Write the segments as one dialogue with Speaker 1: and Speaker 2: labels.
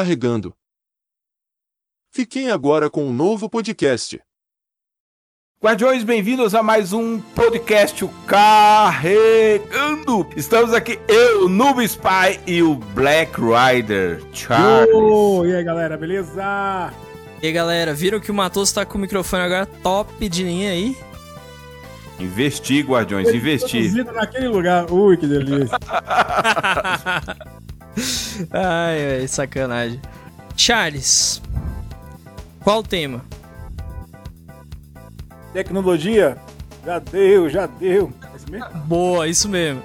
Speaker 1: Carregando. Fiquem agora com um novo podcast.
Speaker 2: Guardiões, bem-vindos a mais um podcast o Carregando. Estamos aqui, eu, Noob Spy e o Black Rider, Charles.
Speaker 3: Ô, e aí galera, beleza?
Speaker 4: E aí, galera, viram que o Matoso tá com o microfone agora top de linha aí?
Speaker 2: Investir, Guardiões, investir.
Speaker 3: Produzido naquele lugar. Ui, que delícia.
Speaker 4: Ai, ai, sacanagem. Charles, qual o tema?
Speaker 3: Tecnologia? Já deu, já deu. Esse mesmo?
Speaker 4: Boa, isso mesmo.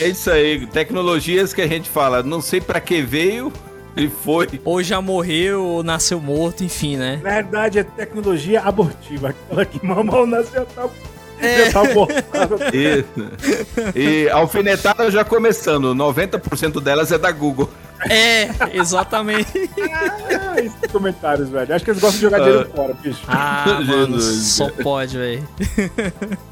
Speaker 2: É isso aí, tecnologias que a gente fala, não sei pra que veio e foi.
Speaker 4: ou já morreu, ou nasceu morto, enfim, né?
Speaker 3: Na realidade, é tecnologia abortiva. Aquela que mamão nasce já tá, já tá abortada.
Speaker 2: E, e a alfinetada já começando, 90% delas é da Google.
Speaker 4: É, exatamente.
Speaker 3: Ah, esses comentários, velho. Acho que eles gostam de jogar dinheiro fora, bicho.
Speaker 4: Ah, mano,
Speaker 2: Jesus,
Speaker 4: só pode, velho.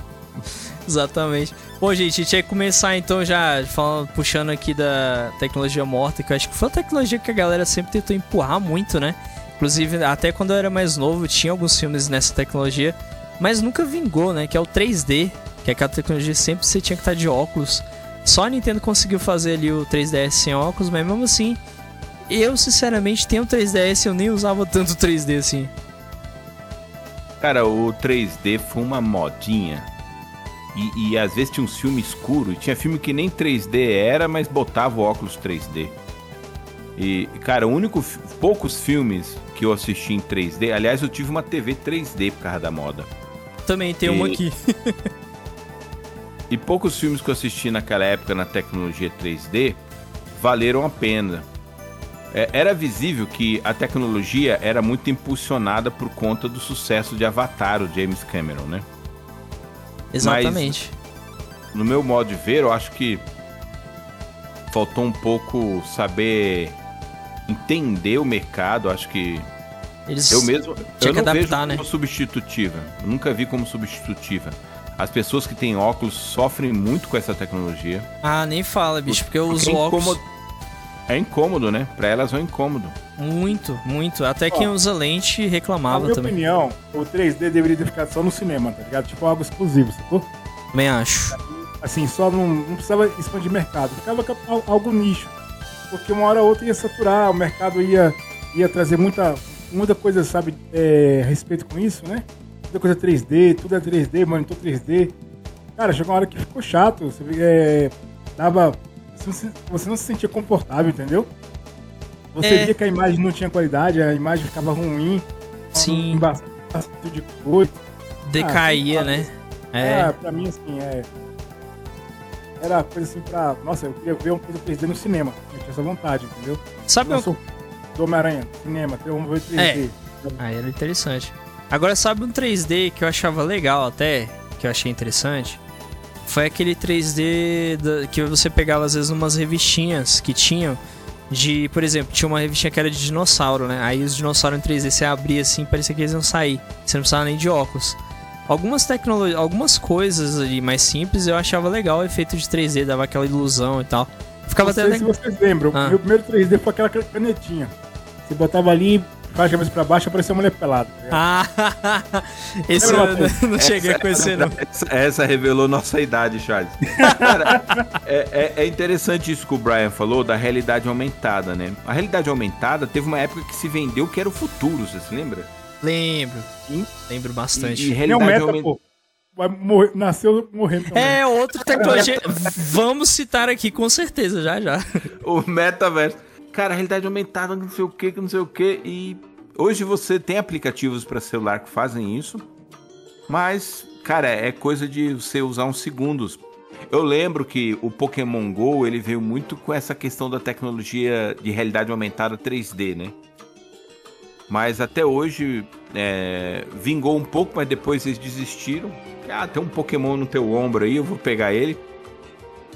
Speaker 4: Exatamente. Bom, gente, a gente ia começar então já falando, puxando aqui da tecnologia morta, que eu acho que foi uma tecnologia que a galera sempre tentou empurrar muito, né? Inclusive, até quando eu era mais novo, tinha alguns filmes nessa tecnologia, mas nunca vingou, né? Que é o 3D, que é aquela tecnologia que sempre você tinha que estar de óculos. Só a Nintendo conseguiu fazer ali o 3DS sem óculos, mas mesmo assim, eu sinceramente tenho um 3DS, eu nem usava tanto 3D assim.
Speaker 2: Cara, o 3D foi uma modinha. E, e às vezes tinha uns filmes escuros. Tinha filme que nem 3D era, mas botava o óculos 3D. E, cara, o único. fi- Poucos filmes que eu assisti em 3D. Aliás, eu tive uma TV 3D por causa da moda.
Speaker 4: Também tem uma
Speaker 2: E-
Speaker 4: aqui.
Speaker 2: E poucos filmes que eu assisti naquela época na tecnologia 3D valeram a pena. É, era visível que a tecnologia era muito impulsionada por conta do sucesso de Avatar, o James Cameron, né?
Speaker 4: Exatamente.
Speaker 2: no meu modo de ver, eu acho que faltou um pouco saber entender o mercado. Acho que
Speaker 4: Eles...
Speaker 2: eu mesmo
Speaker 4: Tinha
Speaker 2: eu
Speaker 4: que
Speaker 2: não vejo
Speaker 4: adaptar,
Speaker 2: como
Speaker 4: né?
Speaker 2: substitutiva. Eu nunca vi como substitutiva. As pessoas que têm óculos sofrem muito com essa tecnologia.
Speaker 4: Ah, nem fala, bicho, porque eu
Speaker 2: Porque
Speaker 4: uso
Speaker 2: é
Speaker 4: óculos
Speaker 2: incômodo- É incômodo, né? Pra elas é um incômodo.
Speaker 4: muito, muito. Até quem
Speaker 3: Ó,
Speaker 4: usa lente
Speaker 3: Na
Speaker 2: Ah,
Speaker 4: reclamava
Speaker 3: minha
Speaker 4: também.
Speaker 3: opinião, o 3D deveria ter ficado só no cinema, tá ligado? Tipo algo exclusivo, sacou?
Speaker 4: Também acho.
Speaker 2: Ah,
Speaker 3: Assim, só não, não precisava expandir mercado. Ficava com al- algo nicho. Porque uma hora ou outra ia saturar, o mercado ia, ia trazer muita, muita coisa, sabe, é, a respeito com isso, né? Muita coisa 3D, tudo é 3D, monitor 3D. Cara, chegou uma hora que ficou chato. Você é, dava. Você não, se, você não se sentia confortável, entendeu? Você
Speaker 4: É.
Speaker 3: via que a imagem não tinha qualidade, a imagem ficava ruim.
Speaker 4: Sim.
Speaker 3: Embaçado de coisa.
Speaker 4: Decaía,
Speaker 3: Ah,
Speaker 4: né? É.
Speaker 3: É.
Speaker 2: Ah,
Speaker 3: pra mim, assim, é. Era coisa assim pra. Nossa, eu queria ver uma coisa 3D no cinema. Eu tinha essa vontade, entendeu?
Speaker 4: Sabe um...
Speaker 3: Lançou do Homem-Aranha, cinema, tem um 3D.
Speaker 4: Ah, era interessante. Agora, sabe um 3D que eu achava legal até, que eu achei interessante? Foi aquele 3D da- que você pegava às vezes umas revistinhas que tinham de, por exemplo, tinha uma revistinha que era de dinossauro, né? Aí os dinossauros em 3D você abria assim, parecia que eles iam sair. Você não precisava nem de óculos. Algumas tecnologias, algumas coisas ali mais simples eu achava legal o efeito de 3D, dava aquela ilusão e tal.
Speaker 3: Não
Speaker 4: Ficava até
Speaker 3: sei se
Speaker 4: legal.
Speaker 3: vocês lembram,
Speaker 4: Ah.
Speaker 3: o meu primeiro 3D foi aquela canetinha. Você botava ali, faz a cabeça pra baixo, aparecia uma mulher pelada. tá ligado?
Speaker 4: Ah, esse eu
Speaker 3: Lembra,
Speaker 4: não, não cheguei a conhecer, não.
Speaker 2: Essa, essa revelou nossa idade, Charles. Cara, é, é- é interessante isso que o Brian falou da realidade aumentada, né? A realidade aumentada teve uma época que se vendeu que era o futuro, você se lembra?
Speaker 4: Lembro.
Speaker 3: Sim.
Speaker 4: Lembro
Speaker 2: E, e
Speaker 4: bastante.
Speaker 3: Ele é um
Speaker 2: realidade
Speaker 3: meta,
Speaker 2: aumen-
Speaker 3: pô. Vai morrer, nasceu morrendo também.
Speaker 4: É, outra tecnologia.
Speaker 2: É.
Speaker 4: Vamos citar aqui com certeza, já já.
Speaker 2: o metaverso. Cara, realidade aumentada, não sei o que, não sei o que. E hoje você tem aplicativos para celular que fazem isso, mas, cara, é coisa de você usar uns segundos. Eu lembro que o Pokémon Go ele veio muito com essa questão da tecnologia de realidade aumentada 3D, né? Mas até hoje é, vingou um pouco, mas depois eles desistiram. Ah, tem um Pokémon no teu ombro aí, eu vou pegar ele.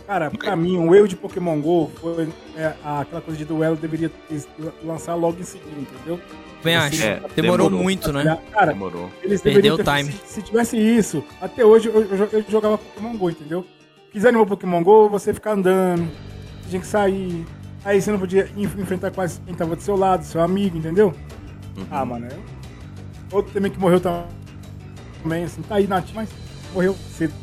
Speaker 3: Cara, pra mim, o erro de Pokémon GO foi é, aquela coisa de duelo deveria ter- lançar logo em seguida, entendeu?
Speaker 4: Bem,
Speaker 3: Assim,
Speaker 4: acho.
Speaker 2: É,
Speaker 4: demorou,
Speaker 2: demorou.
Speaker 4: muito, né?
Speaker 3: Cara,
Speaker 2: Demorou.
Speaker 3: Eles deveriam
Speaker 4: Perdeu
Speaker 3: ter-
Speaker 4: o time.
Speaker 3: Se, se tivesse isso, até hoje eu, eu- eu jogava Pokémon GO, entendeu? Quiser no Pokémon GO, você fica andando, tinha que sair. Aí você não podia enf- enfrentar quase quem tava do seu lado, seu amigo, entendeu?
Speaker 4: Uhum.
Speaker 3: Ah, mano. eu- Outro também que morreu tá- também, assim, tá aí na ativa, mas morreu cedo.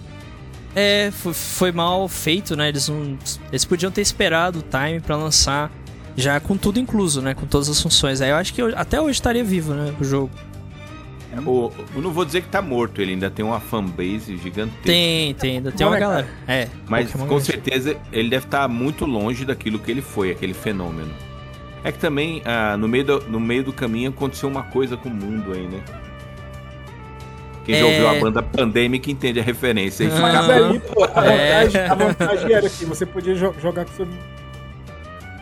Speaker 4: É, fo- foi mal feito, né? Eles, não, eles podiam ter esperado o time pra lançar já com tudo incluso, né? Com todas as funções. Aí eu acho que eu- até hoje estaria vivo, né? O jogo.
Speaker 2: O- eu não vou dizer que tá morto, ele ainda tem uma fanbase gigantesca.
Speaker 4: Tem, tem, ainda tem uma
Speaker 3: Olha,
Speaker 4: galera. É.
Speaker 2: Mas
Speaker 4: Pokémon
Speaker 2: com
Speaker 4: Go.
Speaker 2: certeza ele deve estar muito longe daquilo que ele foi, aquele fenômeno. É que também, ah, no, meio do, no meio do caminho, aconteceu uma coisa com o mundo aí, né? Quem já
Speaker 4: É.
Speaker 2: ouviu a banda Pandemic entende a referência. Isso
Speaker 4: Ah.
Speaker 3: Mas
Speaker 2: acaba-
Speaker 3: aí, pô, a
Speaker 4: É.
Speaker 3: vantagem, a vantagem era que você podia jo- jogar com seu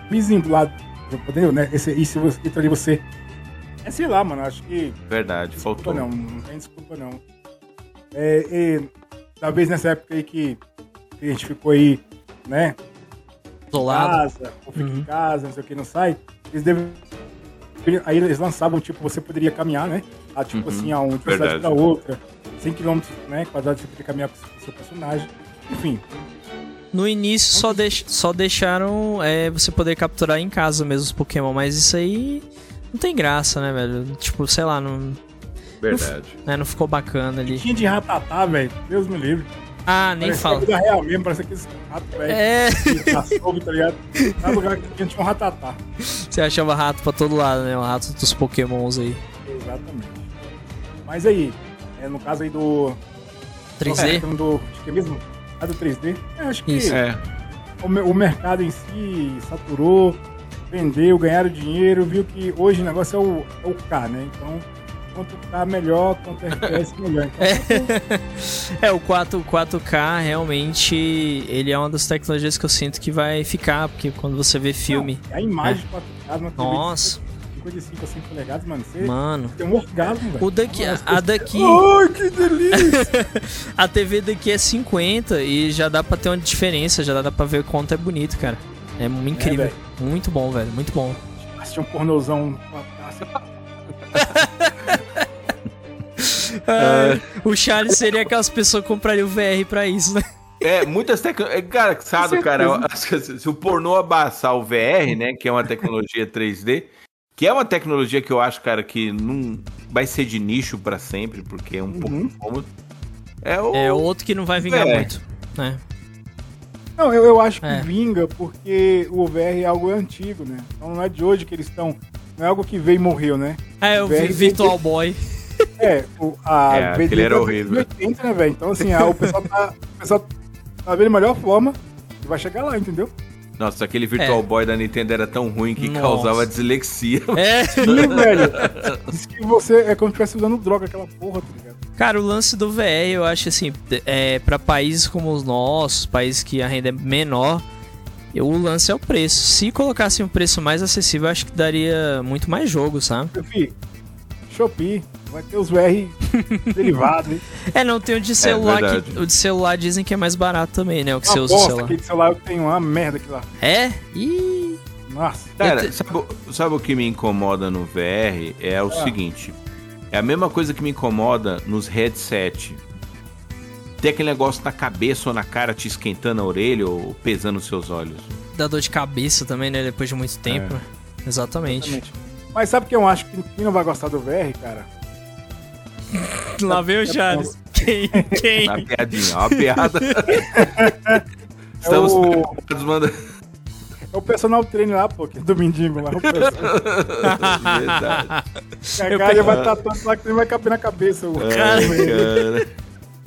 Speaker 3: vizinho do lado. Entendeu, né? Esse, e se você, então ali você. É, sei lá, mano, acho que.
Speaker 2: Verdade,
Speaker 3: Desculpa
Speaker 2: faltou.
Speaker 3: não, não tem desculpa não. É, e talvez nessa época aí que a gente ficou aí, né?
Speaker 4: Isolado.
Speaker 3: casa, ou fica
Speaker 4: Uhum.
Speaker 3: em casa, não sei o que, não sai, eles devem. Aí eles lançavam, tipo, você poderia caminhar, né? A, tipo
Speaker 2: Uhum,
Speaker 3: assim, a uma de uma cidade
Speaker 2: verdade.
Speaker 3: pra outra, 100 km né, quadrados, você poderia caminhar com o seu- seu personagem. Enfim,
Speaker 4: No início só, deix, só deixaram é, você poder capturar em casa mesmo os Pokémon, mas isso aí não tem graça, né, velho? Tipo, sei lá, não,
Speaker 2: Verdade.
Speaker 4: né, não ficou bacana ali.
Speaker 3: tinha de ratatá, velho. Deus me livre.
Speaker 4: Ah, nem
Speaker 3: parece
Speaker 4: fala.
Speaker 3: que é vida real mesmo, parece aqueles ratos, velho.
Speaker 4: É,
Speaker 3: Que passou, tá ligado? Cada lugar que tinha, tinha um ratatá.
Speaker 4: você achava rato pra todo lado, né? O rato dos Pokémons aí.
Speaker 3: Exatamente. Mas aí, é, no caso aí do. É,
Speaker 4: 3D?
Speaker 3: do acho que é mesmo? A do 3D? É, acho que.
Speaker 4: Isso.
Speaker 2: É,
Speaker 3: o, mer- o mercado em si saturou, vendeu, ganharam dinheiro, viu que hoje o negócio é o, é o K, né? Então, quanto K melhor, quanto FPS melhor. Então,
Speaker 4: É, o 4, o 4K realmente ele é uma das tecnologias que eu sinto que vai ficar, porque quando você vê filme, É.
Speaker 3: não, a imagem de 4K numa TV
Speaker 4: Nossa.
Speaker 3: de 55 a 100 assim, polegadas, mano, você
Speaker 4: mano.
Speaker 3: tem um orgasmo, velho.
Speaker 4: O daqui, a, a daqui,
Speaker 3: Ai, que delícia!
Speaker 4: a TV daqui é 50 e já dá pra ter uma diferença, já dá pra ver o quanto é bonito, cara. É incrível.
Speaker 3: velho.
Speaker 4: muito bom, velho, muito bom.
Speaker 3: Assistir um pornozão. nossa,
Speaker 4: O Charles seria aquelas pessoas que comprariam o VR pra isso, né?
Speaker 2: é muitas tecnologias. Cara, sabe,
Speaker 3: Com certeza.
Speaker 2: cara, eu acho que se se o pornô abaçar o VR, né, que é uma tecnologia 3D, que é uma tecnologia que eu acho, cara, que não vai ser de nicho pra sempre, porque é um pouco
Speaker 3: Uhum.
Speaker 2: incômodo. É o.
Speaker 4: É outro que não vai vingar
Speaker 2: É.
Speaker 4: muito, né?
Speaker 3: Não, eu, eu acho que
Speaker 4: É.
Speaker 3: vinga porque o VR é algo antigo, né? Então não é de hoje que eles estão. Não é algo que veio e morreu, né?
Speaker 4: É, o
Speaker 3: VR
Speaker 4: vi- Virtual Boy.
Speaker 3: É, o, a
Speaker 2: É, aquele
Speaker 3: VD
Speaker 2: era
Speaker 3: tá
Speaker 2: horrível.
Speaker 3: 80, né, velho? Então, assim, a- o pessoal tá, o pessoal tá vendo a melhor forma e vai chegar lá, entendeu?
Speaker 2: Nossa, aquele Virtual
Speaker 4: É.
Speaker 2: Boy da Nintendo era tão ruim que
Speaker 4: Nossa.
Speaker 2: causava dislexia.
Speaker 4: É.
Speaker 3: Sim, velho. Diz que você é como se estivesse usando droga, aquela porra, tá ligado?
Speaker 4: Cara, o lance do VR, eu acho assim, é, para países como os nossos, países que a renda é menor, eu- o lance é o preço. Se colocassem um preço mais acessível, eu acho que daria muito mais jogo, sabe?
Speaker 3: Meu filho, Shopee, vai ter os VR derivados, hein?
Speaker 4: É, não, tem o de celular que.
Speaker 2: verdade.
Speaker 4: O de celular dizem que é mais barato também, né? O que você
Speaker 3: Uma
Speaker 4: usa o
Speaker 3: bosta,
Speaker 4: celular.
Speaker 3: aquele celular eu tenho uma merda aqui lá.
Speaker 4: É? Ih.
Speaker 3: Nossa.
Speaker 2: Cara,
Speaker 4: Ent-
Speaker 2: sabe, o- sabe o que me incomoda no VR? É o seguinte. É a mesma coisa que me incomoda nos headset. Tem aquele negócio na cabeça ou na cara te esquentando a orelha ou pesando os seus olhos.
Speaker 4: Dá dor de cabeça também, né? Depois de muito tempo. Exatamente.
Speaker 3: Exatamente. Mas sabe o que eu acho que quem não vai gostar do VR, cara?
Speaker 4: Lá veio o
Speaker 3: Tá
Speaker 4: Charles. Quem? Quem?
Speaker 2: Tá Uma piadinha, é uma piada. Estamos
Speaker 3: É o-
Speaker 2: preocupados, manda.
Speaker 3: É o personal trainer lá, pô, que é do mendigo lá. O personal.
Speaker 2: Verdade.
Speaker 3: A cara vai estar tanto lá que nem vai caber na cabeça. O
Speaker 2: Ai, cara.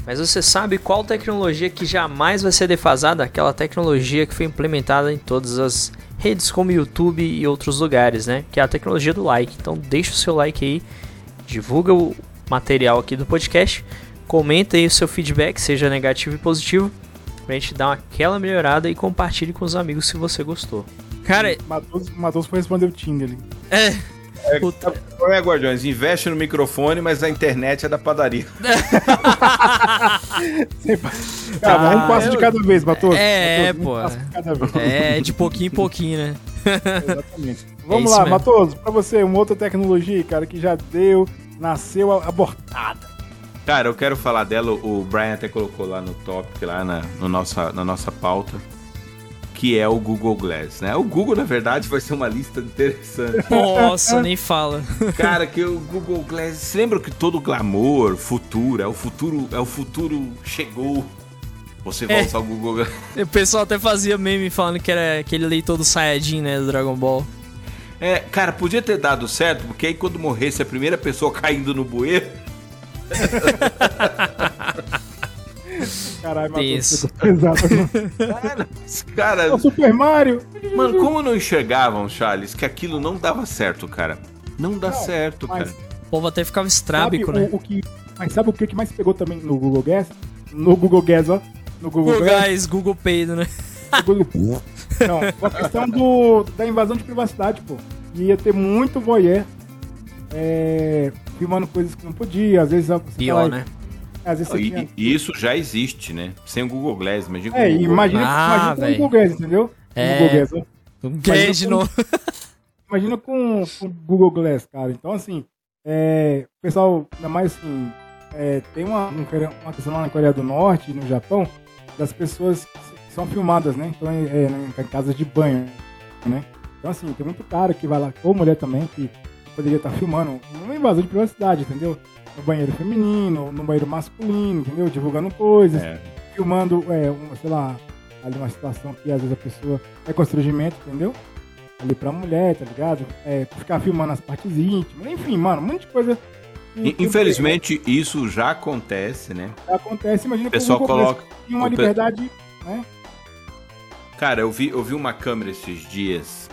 Speaker 4: Mas você sabe qual tecnologia que jamais vai ser defasada? Aquela tecnologia que foi implementada em todas as redes como YouTube e outros lugares, né? Que é a tecnologia do like. Então deixa o seu like aí, divulga o material aqui do podcast, comenta aí o seu feedback, seja negativo e positivo, pra gente dar aquela melhorada e compartilhe com os amigos se você gostou. Cara,
Speaker 3: Matoso, Matoso foi responder o Tinder ali.
Speaker 4: é...
Speaker 2: Não é, Guardiões, investe no microfone, mas a internet é da padaria.
Speaker 3: Cara, mas
Speaker 4: Ah,
Speaker 3: um passo
Speaker 4: eu-
Speaker 3: de cada vez, Matoso.
Speaker 4: É,
Speaker 3: Matoso,
Speaker 4: pô.
Speaker 3: Um passo de cada vez.
Speaker 4: É, de pouquinho em pouquinho, né?
Speaker 3: Exatamente. Vamos
Speaker 4: isso
Speaker 3: lá,
Speaker 4: mesmo.
Speaker 3: Matoso, pra você, uma outra tecnologia, cara, que já deu, nasceu, a- abortada.
Speaker 2: Cara, eu quero falar dela, o Brian até colocou lá no topic, lá na, no nossa, na nossa pauta, que é o Google Glass, né? O Google, na verdade, vai ser uma lista interessante.
Speaker 4: Nossa, nem fala.
Speaker 2: Cara, que o Google Glass, você lembra que todo glamour, futuro, é o futuro, é o futuro chegou. Você vai
Speaker 4: É.
Speaker 2: usar o Google Glass.
Speaker 4: O pessoal até fazia meme falando que era aquele leitor do Saiyajin, né, do Dragon Ball.
Speaker 2: É, cara, podia ter dado certo, porque aí quando morresse a primeira pessoa caindo no bueiro,
Speaker 3: Caralho, matou
Speaker 4: Isso.
Speaker 3: o Super Pesado.
Speaker 2: cara, os
Speaker 3: É o
Speaker 2: caras
Speaker 3: Super Mario.
Speaker 2: Mano, como não enxergavam, Charles, que aquilo não dava certo, cara? Não dá
Speaker 3: Não,
Speaker 2: certo,
Speaker 3: mas-
Speaker 2: cara.
Speaker 4: O povo até ficava
Speaker 3: Sabe
Speaker 4: estrábico,
Speaker 3: o,
Speaker 4: Tá né?
Speaker 3: o que, mas sabe o que que mais pegou também no Google Glass? No Google Glass, ó. No Google
Speaker 4: Google
Speaker 3: Glass.
Speaker 4: Guys, Google Peido, né?
Speaker 3: no Google... Não, a questão do, da invasão de privacidade, pô. Ia ter muito voyeur é, filmando coisas que não podia. Às vezes... ó, você
Speaker 4: Pior,
Speaker 3: tá lá-
Speaker 4: né?
Speaker 3: Às vezes você
Speaker 2: E,
Speaker 3: tinha...
Speaker 2: e isso já existe, né? Sem o Google Glass, imagina.
Speaker 3: É,
Speaker 2: com o Google
Speaker 3: imagina,
Speaker 4: Ah,
Speaker 3: imagina com o
Speaker 4: velho.
Speaker 3: Google Glass, entendeu?
Speaker 4: É.
Speaker 3: Google Glass, ó.
Speaker 4: Gay de
Speaker 3: como-
Speaker 4: novo.
Speaker 3: Imagina com com o Google Glass, cara. Então, assim, é, o pessoal, ainda mais assim, é, tem uma, um Core- uma questão lá na Coreia do Norte e no Japão das pessoas que s- são filmadas, né? Então, é, é, em casas de banho, né? Então, assim, tem muito cara que vai lá, ou mulher também, que poderia estar filmando uma invasão de privacidade, entendeu? No banheiro feminino, no banheiro masculino, entendeu? Divulgando coisas
Speaker 2: Glass. É.
Speaker 3: filmando, é, um, sei lá, ali uma situação que às vezes a pessoa é constrangimento, entendeu? Ali pra mulher, tá ligado? É, ficar filmando as partes íntimas, enfim, mano, um monte de coisa. que-
Speaker 2: I- Ah, Infelizmente, isso já acontece, né?
Speaker 3: que acontece, imagina
Speaker 2: O pessoal
Speaker 3: Google Glass
Speaker 2: coloca.
Speaker 3: tinha uma
Speaker 2: o pe-
Speaker 3: liberdade.
Speaker 2: Cara, eu vi, eu vi uma câmera esses dias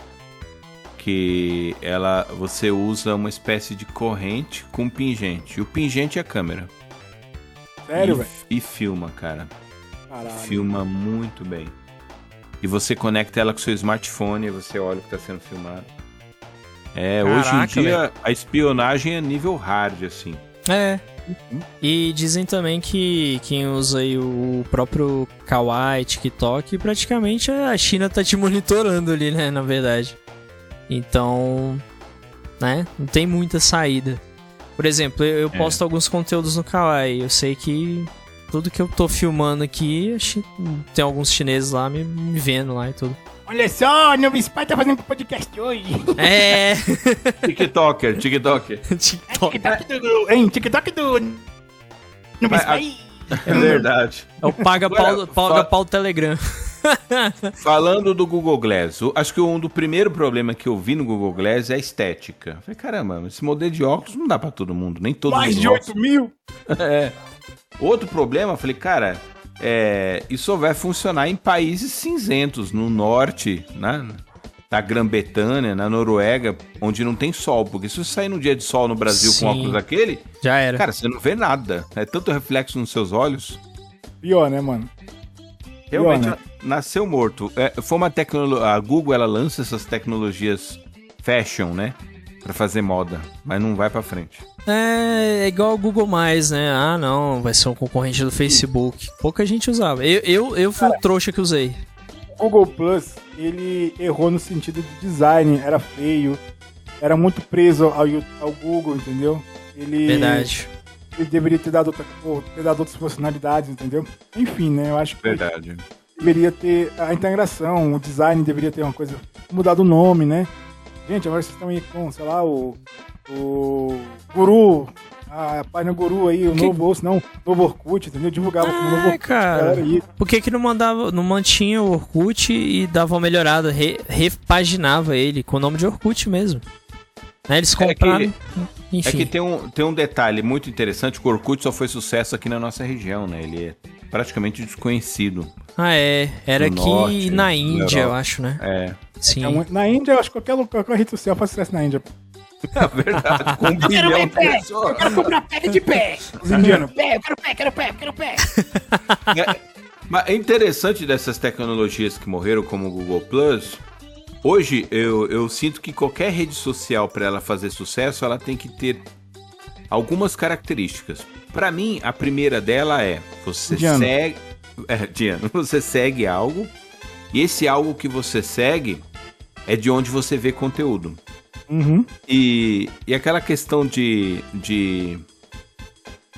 Speaker 2: que ela você usa uma espécie de corrente com pingente. E o pingente é a câmera.
Speaker 3: Sério,
Speaker 2: E-
Speaker 3: velho? Tá, né?
Speaker 2: E filma, cara.
Speaker 3: Caralho.
Speaker 2: Filma muito bem. E você conecta ela com seu smartphone e você olha o que está sendo filmado. É,
Speaker 4: Caraca,
Speaker 2: hoje em dia a espionagem é nível hard, assim.
Speaker 4: É. E dizem também que quem usa aí o próprio Kawaii, TikTok, praticamente a China tá te monitorando ali, né? Na verdade. Então, né? Não tem muita saída. Por exemplo, eu, eu
Speaker 2: É.
Speaker 4: posto alguns conteúdos no Kawaii. Eu sei que tudo que eu tô filmando aqui, a chi- tem alguns chineses lá me, me vendo lá e tudo.
Speaker 3: Olha só, o Novo Spy tá fazendo podcast hoje.
Speaker 4: É,
Speaker 2: TikToker, TikToker.
Speaker 4: TikTok.
Speaker 2: é-
Speaker 3: do, hein, TikTok do Novo
Speaker 2: Mas, É verdade.
Speaker 4: É o paga pau,
Speaker 2: Agora,
Speaker 4: paga
Speaker 2: fa-
Speaker 4: pau Telegram.
Speaker 2: Falando do Google Glass, eu acho que um do primeiro problema que eu vi no Google Glass é a estética. Falei, caramba, esse modelo de óculos não dá pra todo mundo, nem todo
Speaker 3: Mais
Speaker 2: mundo
Speaker 3: de
Speaker 2: gosta.
Speaker 3: 8 mil?
Speaker 2: É. Outro problema, eu falei, cara, é, isso vai funcionar em países cinzentos, no norte, né? na Grã-Bretanha, na Noruega, onde não tem sol. Porque se você sair num dia de sol no Brasil
Speaker 4: Sim.
Speaker 2: com óculos daquele,
Speaker 4: Já era.
Speaker 2: cara, você não vê nada. É tanto reflexo nos seus olhos.
Speaker 3: Pior, né, mano?
Speaker 2: Realmente,
Speaker 3: Pior,
Speaker 2: nasceu morto. É, foi uma tecnologia... A Google, ela lança essas tecnologias fashion, né? Pra fazer moda, mas não vai pra frente.
Speaker 4: É, é igual o Google Mais, né? Ah, não, vai ser um concorrente do Facebook. Pouca gente usava. Eu, eu, eu fui o trouxa que usei.
Speaker 3: Google Plus, ele errou no sentido de design, era feio, era muito preso ao, Yu- ao Google, entendeu? Ele,
Speaker 4: Verdade.
Speaker 3: ele deveria ter dado, outra- ou ter dado outras funcionalidades, entendeu? Enfim, né? Eu acho que
Speaker 2: Verdade.
Speaker 3: deveria ter a integração, o design deveria ter uma coisa, mudado o nome, né? Gente, agora vocês estão aí com, sei lá, o, o Guru, a página Guru aí, o
Speaker 4: Que-
Speaker 3: novo, ou se não, novo Orkut, entendeu? Divulgava como novo
Speaker 4: É,
Speaker 3: Orkut, galera,
Speaker 4: cara.
Speaker 3: e
Speaker 4: Por que, que não mandava, não mantinha o Orkut e dava uma melhorada, re- repaginava ele com o nome de Orkut mesmo? Né, eles
Speaker 2: que-
Speaker 4: compraram. enfim.
Speaker 2: É que tem um, tem um detalhe muito interessante, que o Orkut só foi sucesso aqui na nossa região, né? Ele é praticamente desconhecido.
Speaker 4: Ah, é. Era
Speaker 2: No
Speaker 4: aqui
Speaker 2: norte,
Speaker 4: na
Speaker 2: na
Speaker 4: Índia, eu
Speaker 2: Europa.
Speaker 4: acho, né?
Speaker 2: É,
Speaker 4: Sim.
Speaker 3: É um- na Índia, eu acho que qualquer, lu- qualquer rede social faz sucesso na Índia.
Speaker 2: é verdade. Com um bilhão de pessoas.
Speaker 3: Os indianos.
Speaker 2: É, Mas é interessante dessas tecnologias que morreram, como o Google Plus. Hoje eu, eu sinto que qualquer rede social, para ela fazer sucesso, ela tem que ter algumas características. Para mim, a primeira dela é você
Speaker 3: Diano.
Speaker 2: segue. É, Diano, você segue algo, e esse algo que você segue é de onde você vê conteúdo.
Speaker 3: Uhum.
Speaker 2: E, e aquela questão de, de,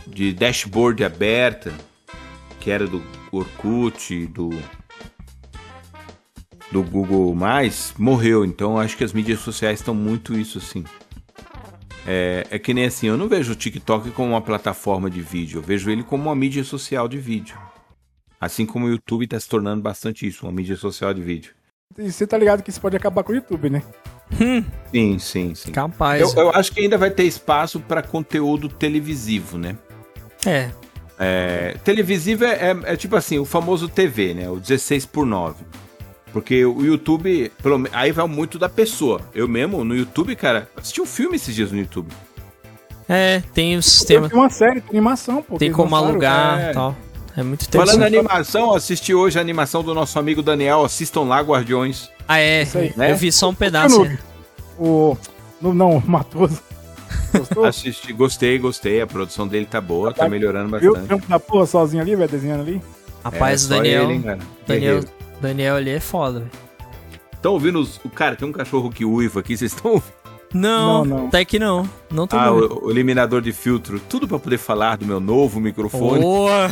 Speaker 2: de dashboard aberta, que era do Orkut, do, do Google Mais morreu. Então acho que as mídias sociais estão muito isso assim. É, é que nem assim, eu não vejo o TikTok como uma plataforma de vídeo, eu vejo ele como uma mídia social de vídeo. Assim como o YouTube está se tornando bastante isso, uma mídia social de vídeo.
Speaker 3: E você tá ligado que isso pode acabar com o YouTube, né?
Speaker 2: Sim, sim, sim. Eu,
Speaker 4: Capaz.
Speaker 2: eu acho que ainda vai ter espaço para conteúdo televisivo, né?
Speaker 4: É.
Speaker 2: É, televisivo é, é- é tipo assim, o famoso TV, né? O 16 por 9. Porque o YouTube, pelo me- aí vai muito da pessoa. Eu mesmo, no YouTube, cara, assisti um filme esses dias no YouTube.
Speaker 4: É, tem o
Speaker 3: Tem
Speaker 4: sistema.
Speaker 3: uma série, tem animação, pô. que
Speaker 4: Tem
Speaker 3: eles
Speaker 4: como
Speaker 3: lançaram,
Speaker 4: alugar
Speaker 2: é.
Speaker 4: e tal. É muito
Speaker 2: Falando em
Speaker 4: interessante.
Speaker 2: animação, assisti hoje a animação do nosso amigo Daniel, assistam lá, Guardiões.
Speaker 4: Ah, é.
Speaker 3: Isso aí,
Speaker 2: né?
Speaker 4: Eu vi só um pedaço.
Speaker 3: Canudo. É, O. Não, não, o Matoso. Gostou?
Speaker 2: Assisti, gostei, gostei. A produção dele tá boa, tá melhorando
Speaker 3: Viu o
Speaker 2: bastante.
Speaker 3: trampo da porra sozinho ali, velho, desenhando ali?
Speaker 4: Rapaz, o
Speaker 2: É, só
Speaker 4: Daniel.
Speaker 2: ele, hein, cara.
Speaker 4: Daniel,
Speaker 2: Guerreiro.
Speaker 4: Daniel ali é foda, velho.
Speaker 2: Estão ouvindo os... o Cara, tem um cachorro que uiva aqui, vocês estão ouvindo?
Speaker 4: Não,
Speaker 3: Não, não.
Speaker 4: até que não. Não tô
Speaker 2: Ah,
Speaker 4: ouvindo.
Speaker 2: o, o eliminador de filtro. Tudo pra poder falar do meu novo microfone
Speaker 4: Boa!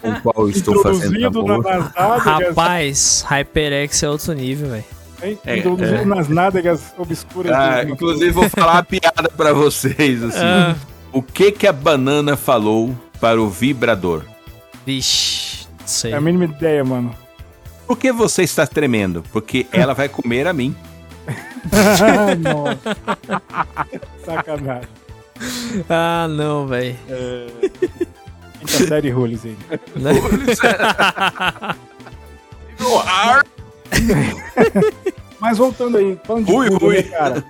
Speaker 2: com o qual eu estou fazendo
Speaker 3: Introduzido na- é
Speaker 2: amor.
Speaker 3: nas nádegas.
Speaker 4: Rapaz, HyperX é outro nível, velho.
Speaker 3: assim, hein?
Speaker 2: É,
Speaker 3: Introduzido nas nádegas é obscuras.
Speaker 2: Ah,
Speaker 3: do-
Speaker 2: inclusive vou falar a piada pra vocês assim.
Speaker 4: Ah.
Speaker 2: O que que a banana falou para o vibrador?
Speaker 4: Vixe, não sei.
Speaker 3: É a mínima ideia, mano.
Speaker 2: Por que você está tremendo? Porque ela vai comer a mim.
Speaker 3: Nossa. Sacanagem.
Speaker 4: Ah, não, velho.
Speaker 3: Quinta série roles aí. Mas voltando aí, falando de
Speaker 2: Ui,
Speaker 3: Google,
Speaker 2: ui.
Speaker 3: né, cara?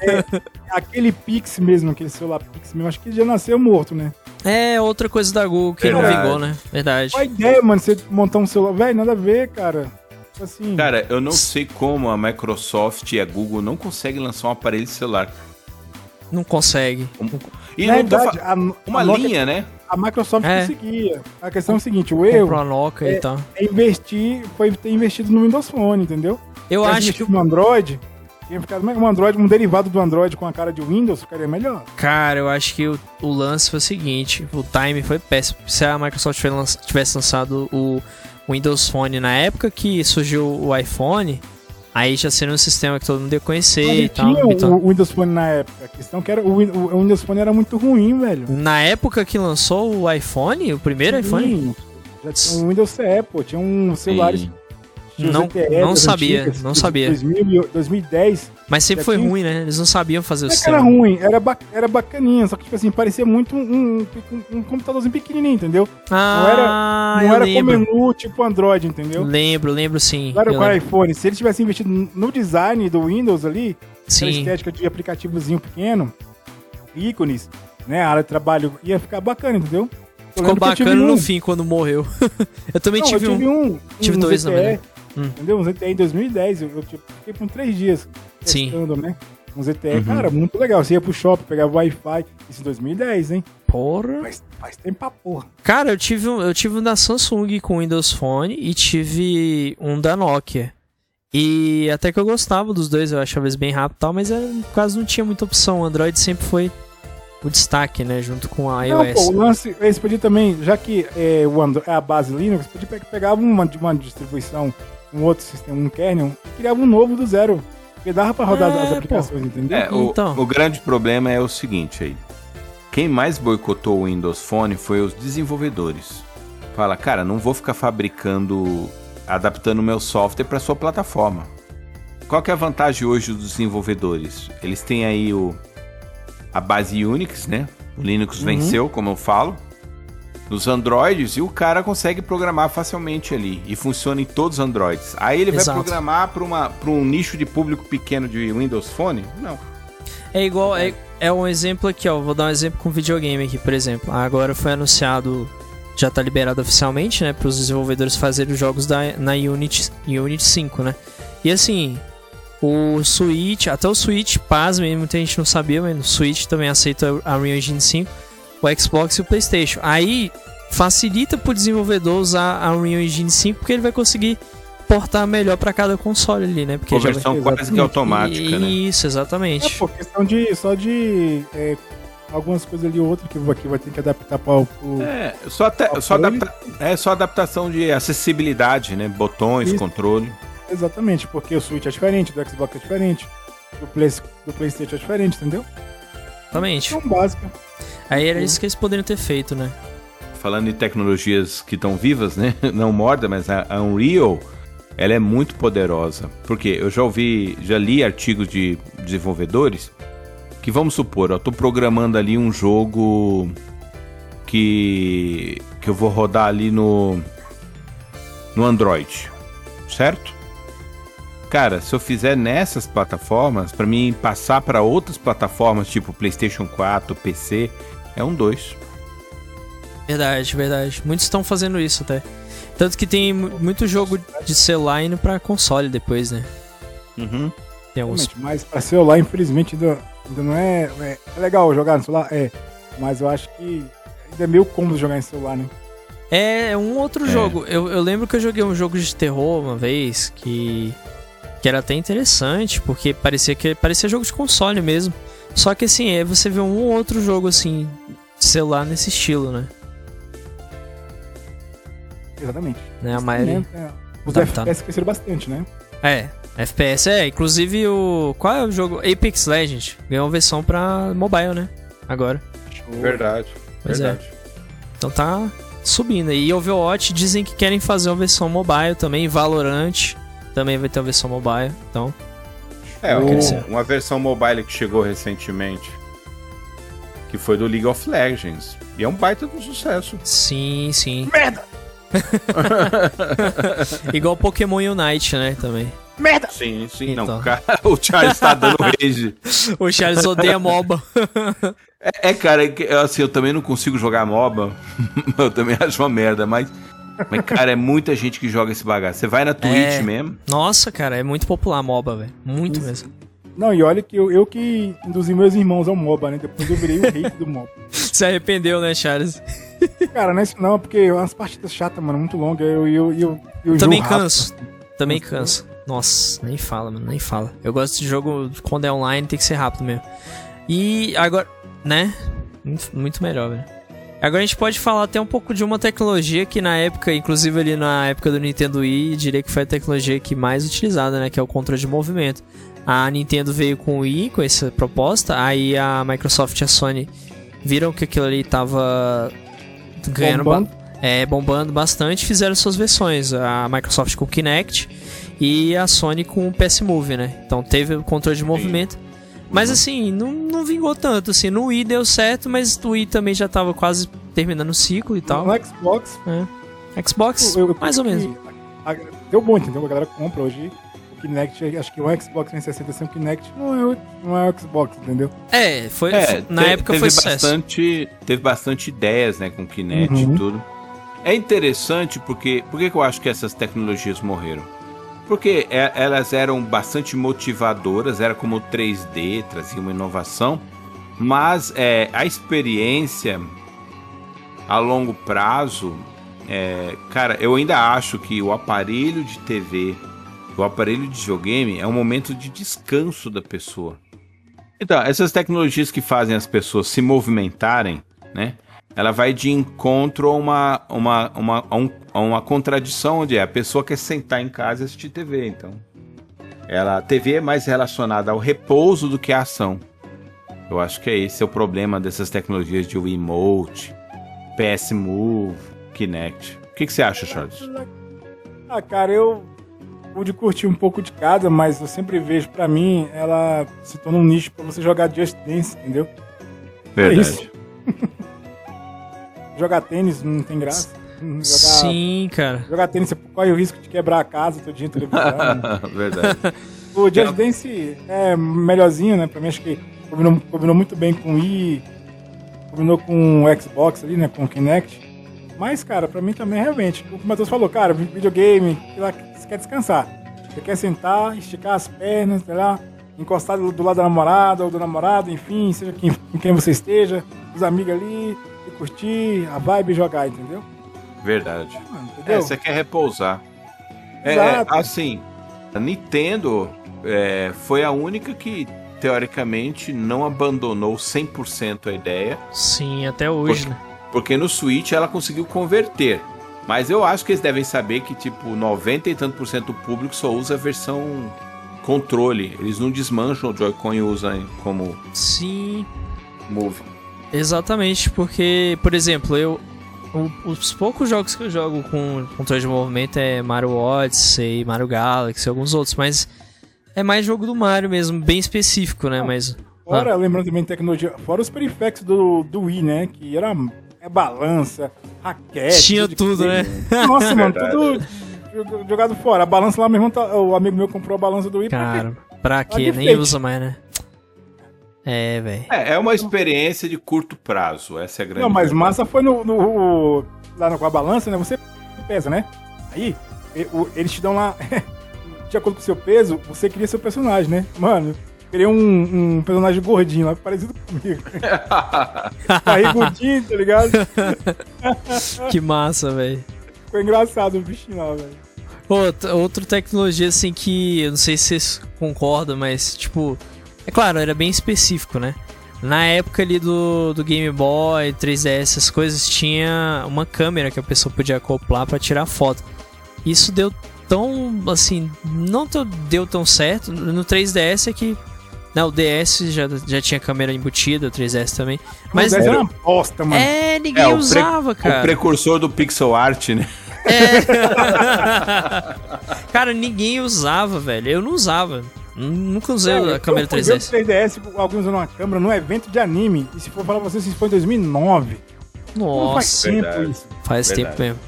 Speaker 3: É, aquele Pix mesmo, aquele celular Pix mesmo, acho que ele já nasceu morto, né?
Speaker 4: É outra coisa da Google que não
Speaker 2: Verdade.
Speaker 4: vingou, né? Verdade.
Speaker 3: Qual a ideia, mano, você montar um celular? Velho, nada a ver, cara. Tipo Assim,
Speaker 2: Cara, eu não sei como a Microsoft e a Google não conseguem lançar um aparelho de celular. Um,
Speaker 4: Não consegue.
Speaker 2: E
Speaker 3: na
Speaker 2: não tô
Speaker 3: verdade,
Speaker 2: fa-
Speaker 3: a,
Speaker 2: uma
Speaker 3: a Nokia-
Speaker 2: linha, né?
Speaker 3: a Microsoft
Speaker 4: É.
Speaker 3: conseguia. A questão é o seguinte, o
Speaker 4: Comprou
Speaker 3: erro
Speaker 4: a Noca e tal.
Speaker 3: é investir, foi ter investido no Windows Phone, entendeu?
Speaker 4: Eu
Speaker 3: Se
Speaker 4: acho
Speaker 3: tivesse
Speaker 4: que.
Speaker 3: investido no Android, tinha ficado um Android, um derivado do Android com a cara de Windows, ficaria melhor.
Speaker 4: Cara, eu acho que o, o lance foi o seguinte: o time foi péssimo. Se a Microsoft tivesse lança- tivesse lançado o Windows Phone na época que surgiu o iPhone, aí já seria um sistema que todo mundo ia conhecer
Speaker 3: Mas
Speaker 4: e
Speaker 3: ele
Speaker 4: tal.
Speaker 3: tinha o-
Speaker 4: Então,
Speaker 3: o Windows Phone na época. A questão é que era, o, Win- o Windows Phone era muito ruim, velho.
Speaker 4: na época que lançou o iPhone, o primeiro iPhone,
Speaker 3: Sim, Já tinha um Windows CE, pô. Tinha um celular.
Speaker 2: Sim.
Speaker 3: tinha os
Speaker 4: Não-
Speaker 3: ETS,
Speaker 4: não
Speaker 3: as
Speaker 4: sabia, não
Speaker 3: dos-
Speaker 4: sabia.
Speaker 3: 2000 e- 2010.
Speaker 4: mas sempre
Speaker 3: já
Speaker 4: foi
Speaker 3: tinha-
Speaker 4: ruim, né? Eles não sabiam fazer o
Speaker 3: Não é que era
Speaker 4: sistema.
Speaker 3: ruim, era, ba- era bacaninha. Só que, tipo assim, parecia muito um, um- um computadorzinho pequenininho, entendeu?
Speaker 4: Ah,
Speaker 3: não
Speaker 4: eu
Speaker 3: era como
Speaker 4: lembro.
Speaker 3: menu tipo Android, entendeu?
Speaker 4: Lembro, lembro sim.
Speaker 3: Não era é
Speaker 4: Eu
Speaker 3: com
Speaker 4: lembro.
Speaker 3: iPhone. Se ele tivesse investido no design do Windows ali, aquela
Speaker 4: Sim.
Speaker 3: estética de aplicativozinho pequeno, ícones, né? A área de trabalho ia ficar bacana, entendeu? Eu
Speaker 4: Ficou
Speaker 3: lembro que eu tive
Speaker 4: bacana
Speaker 3: um.
Speaker 4: no fim quando morreu. eu também
Speaker 3: Não,
Speaker 4: tive,
Speaker 3: eu tive
Speaker 4: um.
Speaker 3: um.
Speaker 4: tive
Speaker 3: um
Speaker 4: dois, na
Speaker 3: ZTE,
Speaker 4: verdade. Hum.
Speaker 3: Entendeu? Um ZTE em 2010. Eu, eu tipo, fiquei por três dias
Speaker 4: Sim. Uhum.
Speaker 3: testando, né? Um ZTE, cara, muito legal. Você ia pro shopping, pegava Wi-Fi. Isso em 2010, hein?
Speaker 4: Porra.
Speaker 3: Faz, faz tempo pra porra.
Speaker 4: Cara, eu tive um, eu tive um da Samsung com Windows Phone e tive um da Nokia. E até que eu gostava dos dois, eu achava eles bem rápido e tal, mas era, quase não tinha muita opção. O Android sempre foi o destaque, né? Junto com a
Speaker 3: Não, pô,
Speaker 4: iOS.
Speaker 3: o lance, eles podiam também, já que é, o Andro- é a base Linux, podia pe- pegar uma, de uma distribuição, um outro sistema, um kernel, e criava um novo do zero. Porque dava pra rodar
Speaker 4: É,
Speaker 3: as
Speaker 4: pô.
Speaker 3: aplicações, entendeu?
Speaker 2: É, o,
Speaker 4: Então.
Speaker 2: o grande problema é o seguinte aí. Quem mais boicotou o Windows Phone foi os desenvolvedores. Fala, cara, não vou ficar fabricando, adaptando o meu software para sua plataforma. Qual que é a vantagem hoje dos desenvolvedores? Eles têm aí o a base Unix, né? O
Speaker 4: Uhum.
Speaker 2: Linux venceu, como eu falo. Nos Androids e o cara consegue programar facilmente ali e funciona em todos os Androids. Aí ele
Speaker 4: Exato.
Speaker 2: vai programar para um nicho de público pequeno de Windows Phone? Não.
Speaker 4: É igual, é, é um exemplo aqui, ó. Vou dar um exemplo com videogame aqui, por exemplo. Agora foi anunciado, já tá liberado oficialmente, né? Para os desenvolvedores fazerem os jogos da, na Unity, Unity 5, né? E assim, o Switch, até o Switch, pasme, muita gente não sabia, mas o Switch também aceita a Unreal Engine 5, o Xbox e o PlayStation. Aí facilita pro desenvolvedor usar a Unreal Engine 5 porque ele vai conseguir portar melhor para cada console ali, né? Porque já vai-
Speaker 2: Conversão quase que
Speaker 3: Exatamente.
Speaker 2: automática, né?
Speaker 4: Isso, exatamente.
Speaker 3: É, pô, questão de. Só de. é, algumas coisas ali ou outra que, que vai ter que adaptar para o. pro-
Speaker 2: É, só, até- só
Speaker 3: Controle.
Speaker 2: adapta- é só adaptação de acessibilidade, né? Botões,
Speaker 3: Isso.
Speaker 2: controle.
Speaker 3: Exatamente, porque o Switch é diferente, do Xbox é diferente, do, Play, do PlayStation é diferente, entendeu?
Speaker 4: Exatamente.
Speaker 3: Então, básica.
Speaker 4: Aí
Speaker 2: Uhum.
Speaker 4: era isso que eles poderiam ter feito, né?
Speaker 2: Falando em tecnologias que estão vivas, né? Não morda, mas a a Unreal, ela é muito poderosa. Porque eu já ouvi, já li artigos de desenvolvedores que vamos supor, eu tô programando ali um jogo que que eu vou rodar ali no no Android, certo? Cara, se eu fizer nessas plataformas, pra mim passar pra outras plataformas, tipo PlayStation 4, PC, é um dois.
Speaker 4: Verdade, verdade. Muitos estão fazendo isso até. Tanto que tem mu- muito jogo de celular indo pra console depois, né?
Speaker 2: Uhum.
Speaker 4: Tem alguns.
Speaker 3: Exatamente, Mas pra celular, infelizmente, ainda, ainda não é, é. é legal jogar no celular? É. Mas eu acho que ainda é meio cômodo jogar em celular, né?
Speaker 4: É um outro
Speaker 2: É.
Speaker 4: jogo. Eu, eu lembro que eu joguei um jogo de terror uma vez que. que era até interessante, porque parecia que parecia jogo de console mesmo. Só que assim, é você vê um ou outro jogo assim, de celular nesse estilo, né?
Speaker 3: Exatamente.
Speaker 4: né? A maioria.
Speaker 3: É, Os
Speaker 4: Tá, tá.
Speaker 3: FPS cresceram bastante, né?
Speaker 4: É, FPS é, inclusive o. Qual é o jogo? Apex Legends. Ganhou uma versão pra mobile, né? Agora.
Speaker 2: Verdade.
Speaker 4: Pois é. Então tá subindo. aí. E Overwatch dizem que querem fazer uma versão mobile também. Valorant também vai ter uma versão mobile. Então,
Speaker 2: É,
Speaker 4: Eu
Speaker 2: um-
Speaker 4: quero ser.
Speaker 2: uma versão mobile que chegou recentemente, que foi do League of Legends. E é um baita de um sucesso.
Speaker 4: sim, sim. Merda! Igual Pokémon Unite, né? Também.
Speaker 2: Sim, sim.
Speaker 4: Então.
Speaker 2: Não, cara, o Charles tá dando rage.
Speaker 4: O Charles odeia MOBA.
Speaker 2: É, é, cara, é que, assim, eu também não consigo jogar MOBA. eu também acho uma merda, mas... Mas, cara, é muita gente que joga esse bagaço. Você vai na Twitch
Speaker 4: É.
Speaker 2: mesmo.
Speaker 4: Nossa, cara, é muito popular MOBA, velho. Muito mesmo.
Speaker 3: Não, e olha que eu, eu que induzi meus irmãos ao MOBA, né? Depois eu virei o rei do MOBA.
Speaker 4: Se arrependeu, né, Charles?
Speaker 3: Cara, não é isso não, porque é umas partidas chatas, mano, muito longas. Eu, eu, eu, eu jogo
Speaker 4: Também
Speaker 3: rápido.
Speaker 4: canso. Também canso. Nossa, nem fala, mano, nem fala. Eu gosto de jogo quando é online, tem que ser rápido mesmo. E agora, né? Muito, muito melhor, velho. Agora a gente pode falar até um pouco de uma tecnologia que na época, inclusive ali na época do Nintendo Wii, diria que foi a tecnologia que mais utilizada, né? Que é o controle de movimento. A Nintendo veio com o Wii, com essa proposta, aí a Microsoft e a Sony viram que aquilo ali tava ganhando, ba-
Speaker 3: Bombando.
Speaker 4: é, bombando bastante, fizeram suas versões. A Microsoft com o Kinect e a Sony com o PS Move, né? Então teve o controle de movimento. Mas assim, não, não vingou tanto, assim, no Wii deu certo, mas o Wii também já tava quase terminando o ciclo e tal. É.
Speaker 3: No Xbox,
Speaker 4: Xbox,
Speaker 3: eu- eu-
Speaker 4: mais ou
Speaker 3: que
Speaker 4: menos.
Speaker 3: a- a- deu bom, entendeu? A galera compra hoje. O Kinect, acho que o Xbox 360 sem o Kinect não é, o- não é o Xbox, entendeu?
Speaker 4: É, foi, foi- na
Speaker 2: te-
Speaker 4: época
Speaker 2: teve
Speaker 4: foi sucesso.
Speaker 2: bastante, teve bastante ideias, né, com Kinect
Speaker 3: Uhum.
Speaker 2: e tudo. É interessante porque por que que eu acho que essas tecnologias morreram? Porque é- elas eram bastante motivadoras, era como o 3D, trazia uma inovação, mas é, a experiência a longo prazo, é, cara, eu ainda acho que o aparelho de TV, o aparelho de videogame é um momento de descanso da pessoa. Então, essas tecnologias que fazem as pessoas se movimentarem, né? Ela vai de encontro a uma, uma, uma, a um- a uma contradição onde é a pessoa quer sentar em casa e assistir TV, então. Ela, a TV é mais relacionada ao repouso do que à ação. Eu acho que é esse é o problema dessas tecnologias de Wiimote, PS Move, Kinect. O que, que você acha, Charles?
Speaker 3: Ah, cara, eu pude curtir um pouco de cada, mas eu sempre vejo, pra mim, ela se torna um nicho pra você jogar Just Dance, entendeu? É isso. jogar tênis não tem graça. Jogar,
Speaker 4: Sim, cara.
Speaker 3: jogar tênis, você corre o risco de quebrar a casa todinha, televisão.
Speaker 2: Verdade.
Speaker 3: O Just Dance é melhorzinho, né? Pra mim, acho que combinou, combinou muito bem com o Wii, combinou com o Xbox ali, né? Com o Kinect. Mas, cara, pra mim também, é realmente, o que o Matheus falou, cara, videogame, sei lá, você quer descansar. Você quer sentar, esticar as pernas, sei lá, encostar do, do lado da namorada ou do namorado, enfim, seja quem, com quem você esteja, os amigos ali, e curtir a vibe e jogar, entendeu?
Speaker 2: Verdade.
Speaker 3: Mano, entendeu?
Speaker 2: É, você quer repousar. É,
Speaker 3: Exato.
Speaker 2: assim, a Nintendo é, foi a única que, teoricamente, não abandonou 100% a ideia,
Speaker 4: Sim, até hoje,
Speaker 2: Poxa.
Speaker 4: né?
Speaker 2: porque no Switch ela conseguiu converter Mas eu acho que eles devem saber que, tipo, 90 e tanto por cento do público só usa a versão controle. Eles não desmancham o Joy-Con e usam como
Speaker 4: Sim,
Speaker 2: move.
Speaker 4: exatamente, porque, por exemplo, eu. o- Os poucos jogos que eu jogo com controle de movimento é Mario Odyssey, Mario Galaxy, alguns outros, mas é mais jogo do Mario mesmo, bem específico,
Speaker 3: Ah,
Speaker 4: né? Mas.
Speaker 3: Fora, lembrando também de tecnologia, fora os periféricos do, do Wii, né? Que era é balança, raquete.
Speaker 4: Tinha
Speaker 3: de-
Speaker 4: tudo, né?
Speaker 3: Nossa, mano,
Speaker 2: Verdade.
Speaker 3: tudo jo- jogado fora. A balança lá, meu irmão, tá- o amigo meu comprou a balança do Wii. pra quê?
Speaker 4: Cara, pra quê?
Speaker 3: de
Speaker 4: Nem
Speaker 3: frente.
Speaker 4: usa mais, né? É, velho.
Speaker 2: É, é uma experiência de curto prazo, essa é a grande.
Speaker 3: Não, mas
Speaker 2: verdade.
Speaker 3: massa foi no, no- lá no- com a balança, né? Você pesa, né? Aí, e- o- eles te dão lá, de acordo com o seu peso, você cria seu personagem, né? Mano, eu queria um, um personagem gordinho lá, parecido comigo. Barrigudinho, tá ligado? Ah.
Speaker 4: Que massa, velho.
Speaker 3: Ficou engraçado o bichinho lá, velho.
Speaker 4: Outra, outra tecnologia, assim, que eu não sei se vocês concordam, mas, tipo, é claro, era bem específico, né? Na época ali do, do Game Boy, 3DS, essas coisas, tinha uma câmera que a pessoa podia acoplar pra tirar foto. Isso deu tão, assim, não to- deu tão certo. No 3DS é que. Né, o DS já, já tinha câmera embutida, o 3DS também. Mas.
Speaker 3: Mas é uma bosta, mano.
Speaker 4: É, ninguém
Speaker 2: É, o pre-
Speaker 4: usava, cara.
Speaker 2: O precursor do pixel art, né?
Speaker 4: Cara, ninguém usava, velho. Eu não usava. Nunca usei É, a câmera
Speaker 3: Eu fui ver
Speaker 4: 3DS.
Speaker 3: o 3DS, alguém usando uma câmera num evento de anime. E se for falar pra vocês, isso foi em 2009. Não faz
Speaker 4: Nossa,
Speaker 3: tempo
Speaker 2: Verdade.
Speaker 3: isso.
Speaker 4: faz
Speaker 2: Verdade.
Speaker 4: tempo mesmo.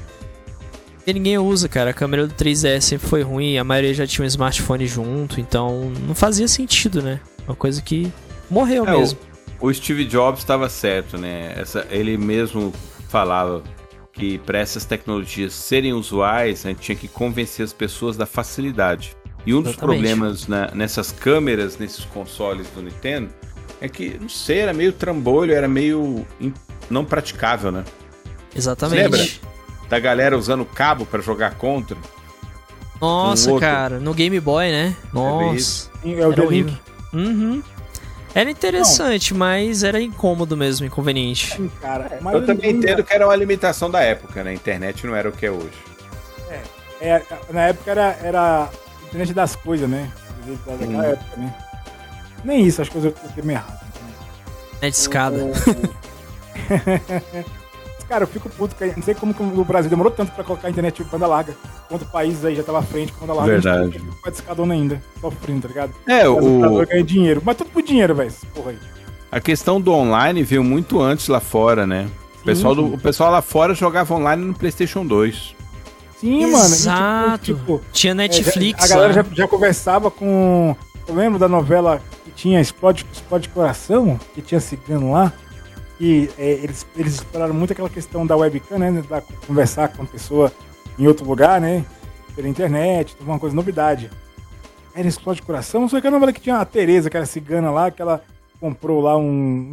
Speaker 4: E ninguém usa, cara. A câmera do 3DS sempre foi ruim. A maioria já tinha um smartphone junto. Então não fazia sentido, né? Uma coisa que morreu
Speaker 2: É,
Speaker 4: mesmo.
Speaker 2: o, o Steve Jobs estava certo, né? Essa, ele mesmo falava que para essas tecnologias serem usuais, a gente tinha que convencer as pessoas da facilidade. E um dos
Speaker 4: Exatamente.
Speaker 2: problemas na- nessas câmeras, nesses consoles do Nintendo, é que, não sei, era meio trambolho, era meio in- não praticável, né?
Speaker 4: Exatamente.
Speaker 2: lembra? Da galera usando cabo para jogar contra. Um
Speaker 4: Nossa,
Speaker 2: outro. É
Speaker 4: cara. No Game Boy, né? Nossa.
Speaker 2: isso.
Speaker 3: É o
Speaker 4: Era
Speaker 3: The
Speaker 4: horrível.
Speaker 3: Link.
Speaker 4: Uhum. Era interessante, mas era incômodo mesmo, inconveniente.
Speaker 3: Cara, mas
Speaker 2: Eu também
Speaker 3: não-
Speaker 2: entendo que era uma limitação da época, né? A internet não era o que é hoje.
Speaker 3: É, na época era, era a internet das coisas, né? Da- Daquela
Speaker 2: Hum.
Speaker 3: época, né? Nem isso, as coisas eu tenho meio errado.
Speaker 4: Né? Discada.
Speaker 3: Cara, eu fico puto, cara. não sei como que o Brasil demorou tanto pra colocar a internet de banda larga, quanto países aí já tava à frente com banda larga.
Speaker 2: Verdade.
Speaker 3: A gente fica com a discadona ainda, sofrendo, tá ligado?
Speaker 2: É,
Speaker 3: Mas o
Speaker 2: o,
Speaker 3: operador ganha dinheiro, mas tudo por dinheiro, velho, essa porra aí.
Speaker 2: A questão do online veio muito antes lá fora, né? O pessoal,
Speaker 4: Uhum.
Speaker 2: do- o pessoal lá fora jogava online no PlayStation 2.
Speaker 3: Sim, mano.
Speaker 4: Exato.
Speaker 3: e tipo- tipo,
Speaker 4: tinha
Speaker 3: é, já-
Speaker 4: Netflix. né?
Speaker 3: a galera
Speaker 4: lá.
Speaker 3: já, já conversava com. Eu lembro da novela que tinha Explode, Explode Coração, que tinha cigano lá. E é, eles, eles exploraram muito aquela questão da webcam, né? Da conversar com a pessoa em outro lugar, né? Pela internet, uma coisa novidade. Era Explode Coração, só que a novela que tinha a Tereza, que era cigana lá, que ela comprou lá um,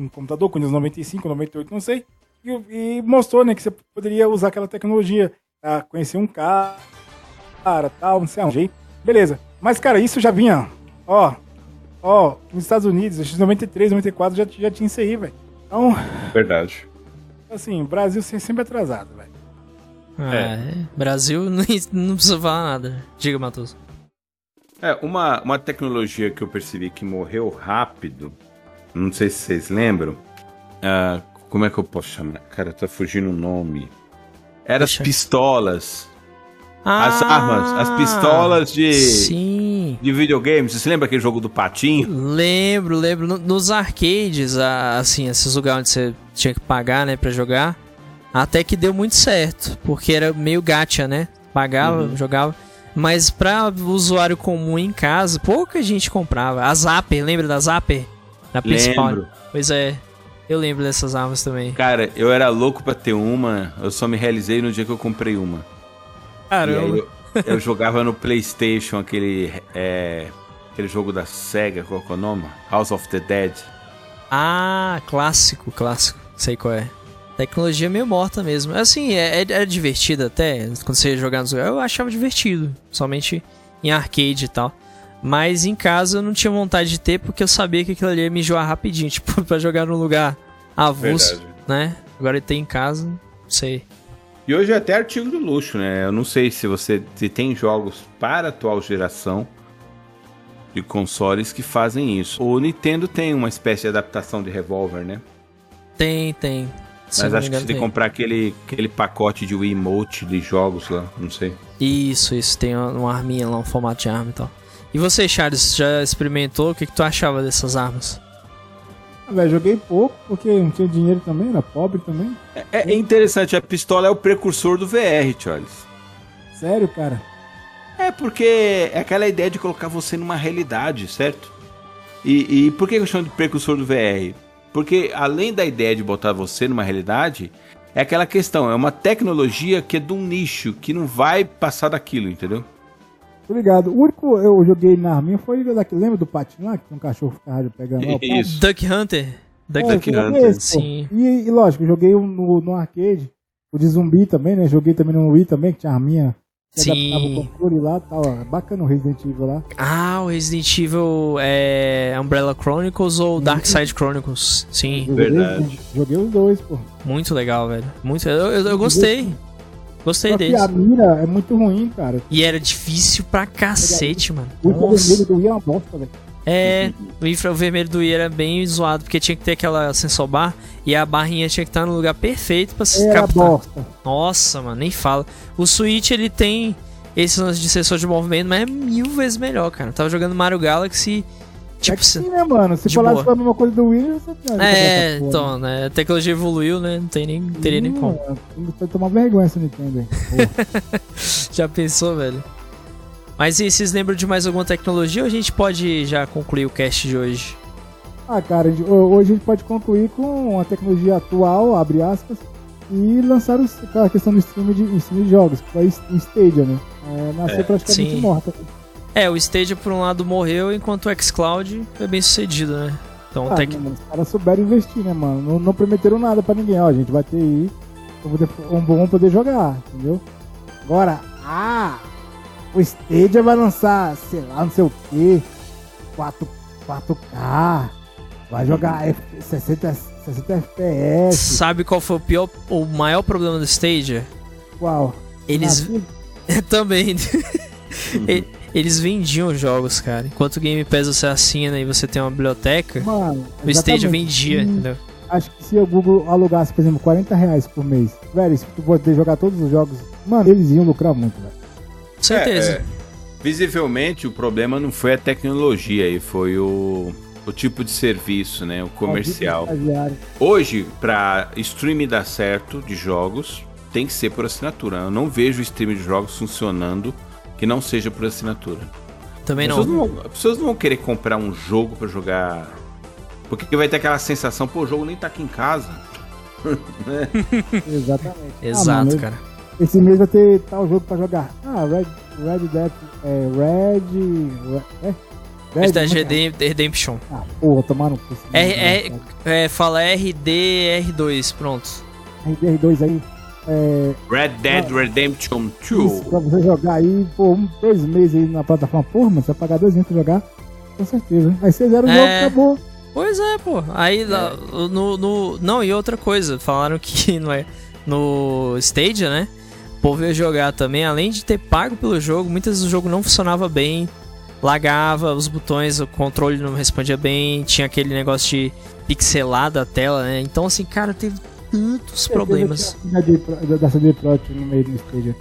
Speaker 3: um computador com Windows 95, 98, não sei. E, e mostrou, né, que você poderia usar aquela tecnologia. Tá? Conhecer um cara, cara, tal, não sei aonde. aí. Beleza. Mas, cara, isso já vinha, ó, ó, nos Estados Unidos, acho que 93, 94 já, já tinha isso aí, velho. Então,
Speaker 2: Verdade.
Speaker 3: assim, o Brasil se- sempre atrasado, velho.
Speaker 4: Ah, é. Brasil não, não precisa falar nada. Diga, Matheus.
Speaker 2: É, uma, uma tecnologia que eu percebi que morreu rápido, não sei se vocês lembram, ah, como é que eu posso chamar? Cara, tá fugindo o nome. Era as
Speaker 4: Deixa. Ah,
Speaker 2: pistolas. As armas, as pistolas de,
Speaker 4: Sim.
Speaker 2: de videogames. Você lembra aquele jogo do patinho?
Speaker 4: Lembro, lembro. No- Nos arcades, a- assim, esses lugares onde você tinha que pagar, né, pra jogar. Até que deu muito certo, porque era meio gacha, né? Pagava,
Speaker 2: Uhum.
Speaker 4: jogava. Mas pra usuário comum em casa, pouca gente comprava. A Zapper, lembra da Zapper? Na principal.
Speaker 2: Lembro.
Speaker 4: Pois é, eu lembro dessas armas também.
Speaker 2: Cara, eu era louco pra ter uma, eu só me realizei no dia que eu comprei uma. E aí eu, eu jogava no PlayStation aquele, é, aquele jogo da Sega, qual que é o nome? House of the Dead.
Speaker 4: Ah, clássico, clássico. Sei qual é. Tecnologia meio morta mesmo. Assim, é, é, é divertido até. Quando você ia jogar nos Eu achava divertido. Somente em arcade e tal. Mas em casa eu não tinha vontade de ter porque eu sabia que aquilo ali ia me enjoar rapidinho. Tipo, pra jogar num lugar avulso, né? Agora ele tem em casa, não sei.
Speaker 2: E hoje é até artigo de luxo, né? Eu não sei se você se tem jogos para a atual geração de consoles que fazem isso. O Nintendo tem uma espécie de adaptação de revólver, né?
Speaker 4: Tem, tem. Se
Speaker 2: Mas
Speaker 4: não me
Speaker 2: acho que
Speaker 4: engano,
Speaker 2: você tem que comprar aquele, aquele pacote de Wiimote de jogos lá, não sei.
Speaker 4: Isso, isso. Tem uma, uma arminha lá, um formato de arma e tal. E você, Charles, já experimentou? O que, que tu achava dessas armas?
Speaker 3: Ah, velho, joguei pouco, porque não tinha dinheiro também, era pobre também.
Speaker 2: É, é interessante, a pistola é o precursor do VR, Charles.
Speaker 3: Sério, cara.
Speaker 2: É porque é aquela ideia de colocar você numa realidade, certo? E, e por que eu chamo de precursor do VR? Porque além da ideia de botar você numa realidade, é aquela questão, é uma tecnologia que é de um nicho, que não vai passar daquilo, entendeu?
Speaker 3: Tô ligado. O único eu joguei na arminha foi daquele. Lembra do patinho lá? Que tem um cachorro que ficava pegando lá o pato?
Speaker 2: Isso.
Speaker 4: Duck Hunter?
Speaker 3: É,
Speaker 2: Duck
Speaker 4: Duck
Speaker 3: eu joguei
Speaker 2: Hunter,
Speaker 3: esse, pô.
Speaker 4: sim.
Speaker 3: E, e lógico, eu joguei um no, no arcade. O de zumbi também, né? Joguei também no Wii também, que tinha arminha. Que
Speaker 4: Sim.
Speaker 3: adaptava com cor e lá tal. ó. Bacana o Resident Evil lá.
Speaker 4: Ah, o Resident Evil é Umbrella Chronicles ou Dark
Speaker 3: Uhum.
Speaker 4: Side Chronicles? Sim,
Speaker 3: Eu joguei- né?
Speaker 2: Verdade.
Speaker 3: Joguei os dois, pô.
Speaker 4: muito legal, velho. Muito. Eu, eu- eu gostei. Gostei
Speaker 3: Só que
Speaker 4: deles.
Speaker 3: a mira é muito ruim, cara.
Speaker 4: E era difícil pra cacete, mano.
Speaker 3: O vermelho
Speaker 4: Nossa.
Speaker 3: do Wii é uma bosta, velho.
Speaker 4: É, o infravermelho do I era bem zoado, porque tinha que ter aquela sensor bar e a barrinha tinha que estar no lugar perfeito pra se
Speaker 3: Era
Speaker 4: captar.
Speaker 3: É bosta.
Speaker 4: Nossa, mano, nem fala. O Switch, ele tem esse lance de sensor de movimento, mas é mil vezes melhor, cara. Eu tava jogando Mario Galaxy, tipo...
Speaker 3: é que
Speaker 4: se-
Speaker 3: sim, né, mano? Se
Speaker 4: de
Speaker 3: falasse
Speaker 4: boa.
Speaker 3: for a mesma coisa do Wii, você tinha.
Speaker 4: É,
Speaker 3: essa porra, né?
Speaker 4: então, né? A tecnologia evoluiu, né? Não tem nem, teria nem
Speaker 3: Hum,
Speaker 4: como.
Speaker 3: Vai tomar vergonha essa Nintendo, hein? Pô.
Speaker 4: Já pensou, velho? Mas e vocês lembram de mais alguma tecnologia ou a gente pode já concluir o cast de hoje?
Speaker 3: ah, cara, de- ho- hoje a gente pode concluir com a tecnologia atual, abre aspas, e lançar os- a questão do streaming de, streaming de jogos, que foi o Stadia, né? É, nasceu praticamente
Speaker 4: sim.
Speaker 3: morta.
Speaker 4: É, o Stadia por um lado morreu, enquanto o xCloud foi bem sucedido, né? Então,
Speaker 3: Ah,
Speaker 4: tec-
Speaker 3: né, mano, os caras souberam investir, né, mano? Não, não prometeram nada pra ninguém, ó, gente, vai ter aí, vamos poder, vamos- vamos poder jogar, entendeu? Agora, ah, o Stadia vai lançar, sei lá, não sei o quê, 4, 4K, vai jogar F- 60, 60 FPS,
Speaker 4: sabe qual foi o pior, o maior problema do Stadia?
Speaker 3: qual?
Speaker 4: Eles
Speaker 3: Navio?
Speaker 4: também E-
Speaker 2: Uhum.
Speaker 4: eles vendiam jogos, cara. Enquanto o Game Pass você assina e você tem uma biblioteca,
Speaker 3: Mano,
Speaker 4: o Stadia
Speaker 3: exatamente.
Speaker 4: vendia,
Speaker 3: Hum,
Speaker 4: entendeu?
Speaker 3: Acho que se o Google alugasse, por exemplo, 40 reais por mês, velho, se tu poder jogar todos os jogos, mano, eles iam lucrar muito, velho.
Speaker 4: Com certeza.
Speaker 2: É, é. visivelmente o problema não foi a tecnologia aí, foi o, o tipo de serviço, né? O comercial.
Speaker 3: Estagiário.
Speaker 2: Hoje, pra streaming dar certo de jogos, tem que ser por assinatura. Eu não vejo streaming de jogos funcionando que não seja por assinatura.
Speaker 4: Também
Speaker 2: As
Speaker 4: não.
Speaker 2: pessoas não, vão- as pessoas não vão querer comprar um jogo pra jogar. Porque vai ter aquela sensação, pô, o jogo nem tá aqui em casa.
Speaker 3: Exatamente. Ah,
Speaker 4: Exato,
Speaker 3: mano,
Speaker 4: cara.
Speaker 3: Esse mês vai ter tal jogo pra jogar. Ah, Red, Red Dead. É, Red. É?
Speaker 4: Red Dead
Speaker 3: como é que é?
Speaker 4: Redem- Redemption.
Speaker 3: Ah, porra, tomar no cu. esse
Speaker 4: É,
Speaker 3: nome,
Speaker 4: é,
Speaker 3: cara.
Speaker 4: é, fala RDR2, pronto.
Speaker 3: RDR2 aí. É,
Speaker 2: Red Dead Redemption
Speaker 3: isso,
Speaker 2: 2.
Speaker 3: pra você jogar aí, pô, um, dois meses aí na plataforma. Porra, mano, você vai pagar dois meses pra jogar. Com certeza. Aí você zera o
Speaker 4: É.
Speaker 3: jogo, acabou.
Speaker 4: Pois é, pô. Aí lá, no, no. Não, e outra coisa, falaram que não é. No Stadia, né? O povo ia jogar também, além de ter pago pelo jogo, muitas vezes o jogo não funcionava bem, lagava os botões, o controle não respondia bem, tinha aquele negócio de pixelar da tela, né? Então, assim, cara, teve tantos problemas.
Speaker 3: Da CD Pro- Da, da CD Projekt no meio do esteja.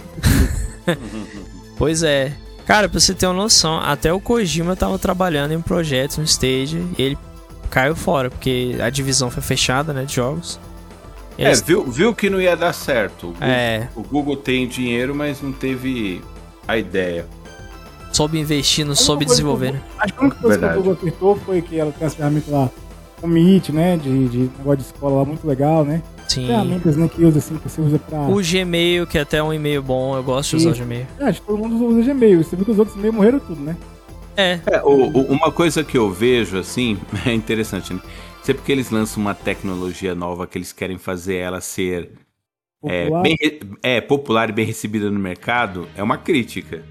Speaker 4: Pois é. Cara, pra você ter uma noção, até o Kojima tava trabalhando em um projeto no Stage e ele caiu fora, porque a divisão foi fechada, né, de jogos.
Speaker 2: É,
Speaker 4: Eles-
Speaker 2: viu, viu que não ia dar certo. O Google,
Speaker 4: é,
Speaker 2: o Google tem dinheiro, mas não teve a ideia.
Speaker 4: soube investir, não soube
Speaker 3: É coisa que eu
Speaker 4: desenvolver. né?
Speaker 3: Acho que a única coisa
Speaker 2: Verdade.
Speaker 3: que o Google acertou foi que ela tem as ferramentas lá. O Meet, né? De, de negócio de escola lá, muito legal, né?
Speaker 4: Sim.
Speaker 3: Ferramentas, né? Que usa assim, que você usa pra.
Speaker 4: O Gmail, que é até um e-mail bom, eu gosto de usar o Gmail.
Speaker 3: É, acho que todo mundo usa Gmail. Você viu que os outros e-mail morreram tudo, né?
Speaker 4: É,
Speaker 2: É, o- o- uma coisa que eu vejo, assim, é interessante, né? Sempre que eles lançam uma tecnologia nova que eles querem fazer ela ser é,
Speaker 3: Popular.
Speaker 2: bem re- é, popular e bem recebida no mercado, é uma crítica.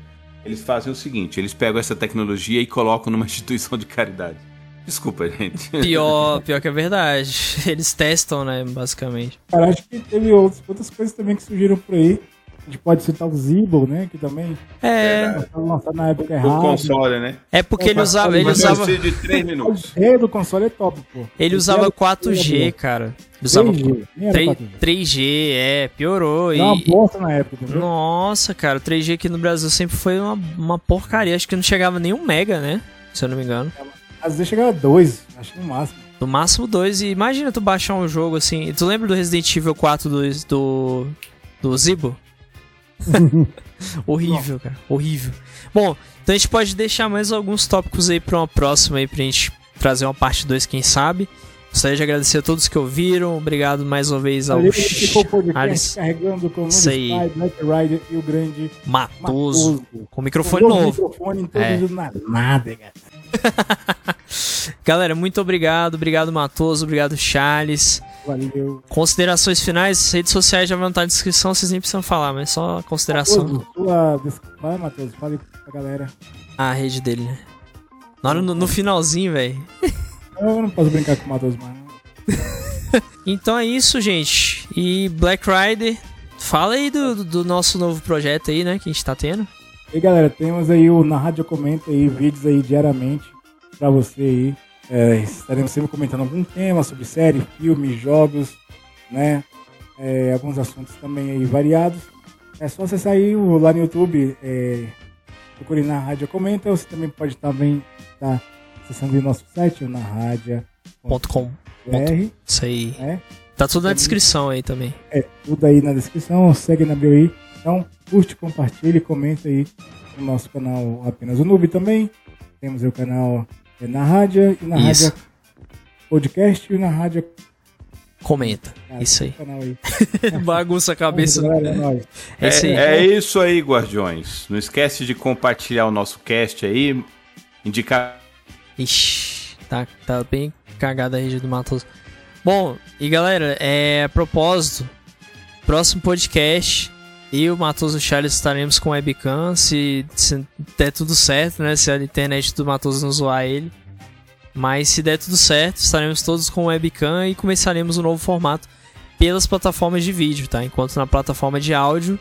Speaker 2: Eles fazem o seguinte, eles pegam essa tecnologia e colocam numa instituição de caridade. Desculpa, gente.
Speaker 4: Pior, pior que é verdade. Eles testam, né, basicamente.
Speaker 3: Cara, acho que teve outros- outras coisas também que surgiram por aí. A gente pode citar o Zibble, né? Que também tá
Speaker 4: É,
Speaker 3: lançado na época
Speaker 2: O
Speaker 3: errada.
Speaker 2: console, né?
Speaker 4: é porque ele usava, ele
Speaker 2: Mas
Speaker 4: usava,
Speaker 2: eu preciso de 3 minutos.
Speaker 3: A ideia do console é top, pô.
Speaker 4: ele usava 4G, cara. Ele usava
Speaker 3: 3G, nem era
Speaker 4: 3,
Speaker 3: 4G.
Speaker 4: 3G, é, piorou
Speaker 3: Era uma né?
Speaker 4: e
Speaker 3: bosta na época, entendeu?
Speaker 4: Nossa, cara, o 3G aqui no Brasil sempre foi uma, uma porcaria. Acho que não chegava nem um mega, né? Se eu não me engano.
Speaker 3: Às vezes chegava a 2, acho que no máximo.
Speaker 4: No máximo dois. E imagina tu baixar um jogo assim. Tu lembra do Resident Evil 4 do. do, do Zibo? Horrível, cara. Horrível. Bom, então a gente pode deixar mais alguns tópicos aí pra uma próxima aí, pra gente trazer uma parte 2, quem sabe. Gostaria de agradecer a todos que ouviram. Obrigado mais uma vez ao
Speaker 3: Ali ficou um o podcast
Speaker 4: Charles
Speaker 3: carregando com o
Speaker 4: Isso aí.
Speaker 3: Side, Night Rider e o grande
Speaker 4: Matoso.
Speaker 3: Matoso.
Speaker 4: Com microfone
Speaker 3: Mudou o
Speaker 4: novo.
Speaker 3: microfone todo
Speaker 4: É.
Speaker 3: mundo na nádega.
Speaker 4: Galera, muito obrigado. Obrigado, Matoso. Obrigado, Charles.
Speaker 3: Valeu.
Speaker 4: Considerações finais, redes sociais já vão estar na descrição, vocês nem precisam falar, mas só a consideração.
Speaker 3: Matoso, sua des- Vai, Matheus, fale pra galera.
Speaker 4: A rede dele, né? Na hora- No, no finalzinho, velho.
Speaker 3: Eu não posso brincar com o Matheus mais. não.
Speaker 4: Então é isso, gente. E Black Rider, fala aí do, do- do nosso novo projeto aí, né? Que a gente tá tendo.
Speaker 3: E aí, galera, temos aí o Na Rádio Comenta aí, vídeos aí diariamente pra você aí. É, estaremos sempre comentando algum tema sobre série, filme, jogos, né? É, alguns assuntos também aí variados. É só acessar aí o- lá no YouTube, é, procure Na Rádio Comenta. Você também pode também estar acessando aí nosso site, o
Speaker 4: Ponto com.
Speaker 3: narradia.com.br,
Speaker 4: Isso aí.
Speaker 3: né?
Speaker 4: Tá tudo na descrição aí também.
Speaker 3: tudo aí na descrição, segue na bio aí. Então, curte, compartilhe, comenta aí no nosso canal Apenas o Noob também. Temos aí o canal é, na rádio e na
Speaker 4: Isso.
Speaker 3: rádio podcast e na rádio
Speaker 4: Comenta.
Speaker 3: Ah,
Speaker 4: Isso aí.
Speaker 3: canal aí.
Speaker 4: É. Bagunça a cabeça.
Speaker 3: Vamos, galera, é nóis.
Speaker 4: É isso aí.
Speaker 2: É, é isso aí, guardiões. Não esquece de compartilhar o nosso cast aí, indicar
Speaker 4: Ixi, tá, tá bem cagada a rede do Matos. Bom, e galera, é, a propósito, próximo podcast, eu e o Matos e o Charles estaremos com webcam, se, se der tudo certo, né? Se a internet do Matos não zoar ele. Mas se der tudo certo, estaremos todos com webcam e começaremos um novo formato pelas plataformas de vídeo, tá? Enquanto na plataforma de áudio,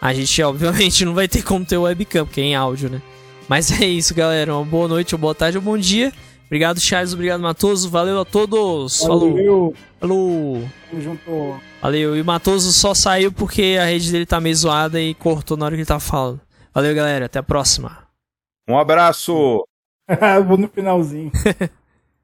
Speaker 4: a gente obviamente não vai ter como ter webcam, porque é em áudio, né? Mas é isso, galera. Uma boa noite, uma boa tarde, um bom dia. Obrigado, Charles. Obrigado, Matoso. Valeu a todos. Falou.
Speaker 3: Valeu,
Speaker 4: Falou.
Speaker 3: tamo junto.
Speaker 4: Valeu. E o Matoso só saiu porque a rede dele tá meio zoada e cortou na hora que ele tava falando. Valeu, galera. Até a próxima.
Speaker 2: Um abraço!
Speaker 3: Vou no finalzinho.